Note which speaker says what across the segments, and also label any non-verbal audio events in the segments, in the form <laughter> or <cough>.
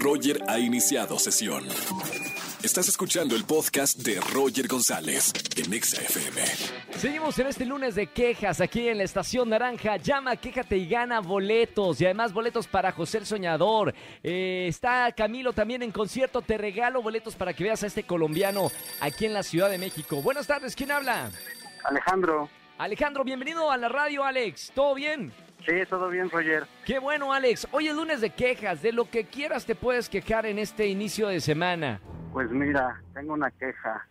Speaker 1: Roger ha iniciado sesión. Estás escuchando el podcast de Roger González en Exa FM.
Speaker 2: Seguimos en este lunes de quejas aquí en la Estación Naranja. Llama, quéjate y gana boletos. Y además boletos para José el Soñador. Eh, está Camilo también en concierto. Te regalo boletos para que veas a este colombiano aquí en la Ciudad de México. Buenas tardes, ¿quién habla?
Speaker 3: Alejandro,
Speaker 2: Alejandro, bienvenido a la radio, Alex. ¿Todo bien?
Speaker 3: sí, todo bien, Roger.
Speaker 2: Qué bueno, Alex. Hoy es lunes de quejas. De lo que quieras te puedes quejar en este inicio de semana.
Speaker 3: Pues mira, tengo una queja.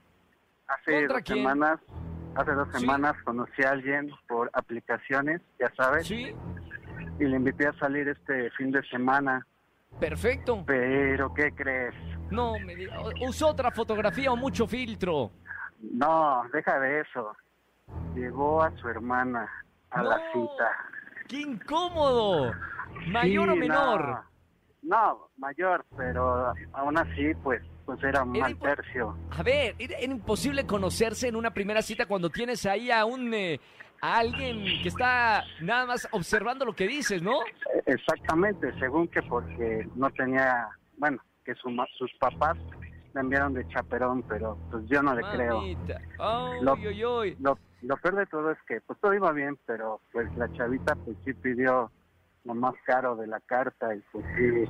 Speaker 3: Hace
Speaker 2: ¿Contra
Speaker 3: dos
Speaker 2: quién?
Speaker 3: semanas, hace dos
Speaker 2: Sí.
Speaker 3: semanas conocí a alguien por aplicaciones, ya sabes,
Speaker 2: Sí,
Speaker 3: y le invité a salir este fin de semana.
Speaker 2: perfecto.
Speaker 3: Pero ¿qué crees?
Speaker 2: No, me diga- usó otra fotografía o mucho filtro.
Speaker 3: No, deja de eso. Llegó a su hermana a la
Speaker 2: No.
Speaker 3: cita.
Speaker 2: ¡Qué incómodo! ¿Mayor
Speaker 3: Sí,
Speaker 2: o menor?
Speaker 3: No, no, mayor, pero aún así, pues, pues era un
Speaker 2: Era
Speaker 3: mal
Speaker 2: impo-
Speaker 3: tercio.
Speaker 2: A ver, era, era imposible conocerse en una primera cita cuando tienes ahí a un... eh, a alguien que está nada más observando lo que dices, ¿no?
Speaker 3: Exactamente, según que porque no tenía, bueno, que su ma- sus papás me enviaron de chaperón, pero pues yo no le
Speaker 2: Ah,
Speaker 3: creo.
Speaker 2: Mamita. Ay,
Speaker 3: Lo-
Speaker 2: ay, ay.
Speaker 3: Lo, lo peor de todo es que pues todo iba bien, pero pues la chavita pues sí pidió lo más caro de la carta y pues sí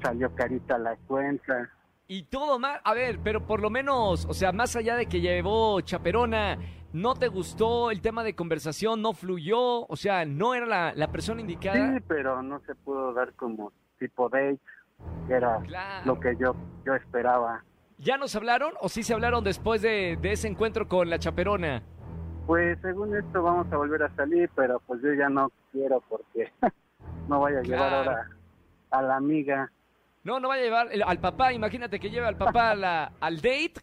Speaker 3: salió carita la cuenta.
Speaker 2: Y todo más... A ver, pero por lo menos, o sea, más allá de que llevó chaperona, no te gustó el tema de conversación, no fluyó, o sea, no era la, la persona indicada.
Speaker 3: Sí, pero no se pudo dar como tipo date, que era
Speaker 2: Claro.
Speaker 3: lo que yo, yo esperaba.
Speaker 2: ¿Ya nos hablaron o sí se hablaron después de, de ese encuentro con la chaperona?
Speaker 3: Pues según esto vamos a volver a salir, pero pues yo ya no quiero porque <laughs> no vaya a llevar
Speaker 2: Claro.
Speaker 3: ahora a la amiga.
Speaker 2: No, no va a llevar el- al papá, imagínate que lleve al papá a la- al date.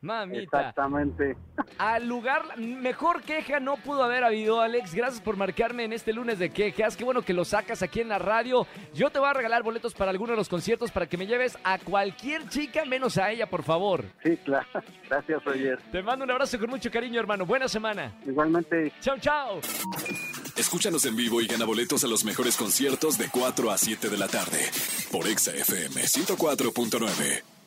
Speaker 2: Mamita,
Speaker 3: Exactamente.
Speaker 2: al lugar, mejor queja no pudo haber habido, Alex. Gracias por marcarme en este lunes de quejas. Qué bueno que lo sacas aquí en la radio. Yo te voy a regalar boletos para alguno de los conciertos para que me lleves a cualquier chica menos a ella, por favor.
Speaker 3: Sí, claro. <laughs> Gracias, Roger.
Speaker 2: Te mando un abrazo con mucho cariño, hermano. Buena semana.
Speaker 3: Igualmente,
Speaker 2: Chao, chao.
Speaker 1: Escúchanos en vivo y gana boletos a los mejores conciertos de 4 a 7 de la tarde por Exa FM 104.9.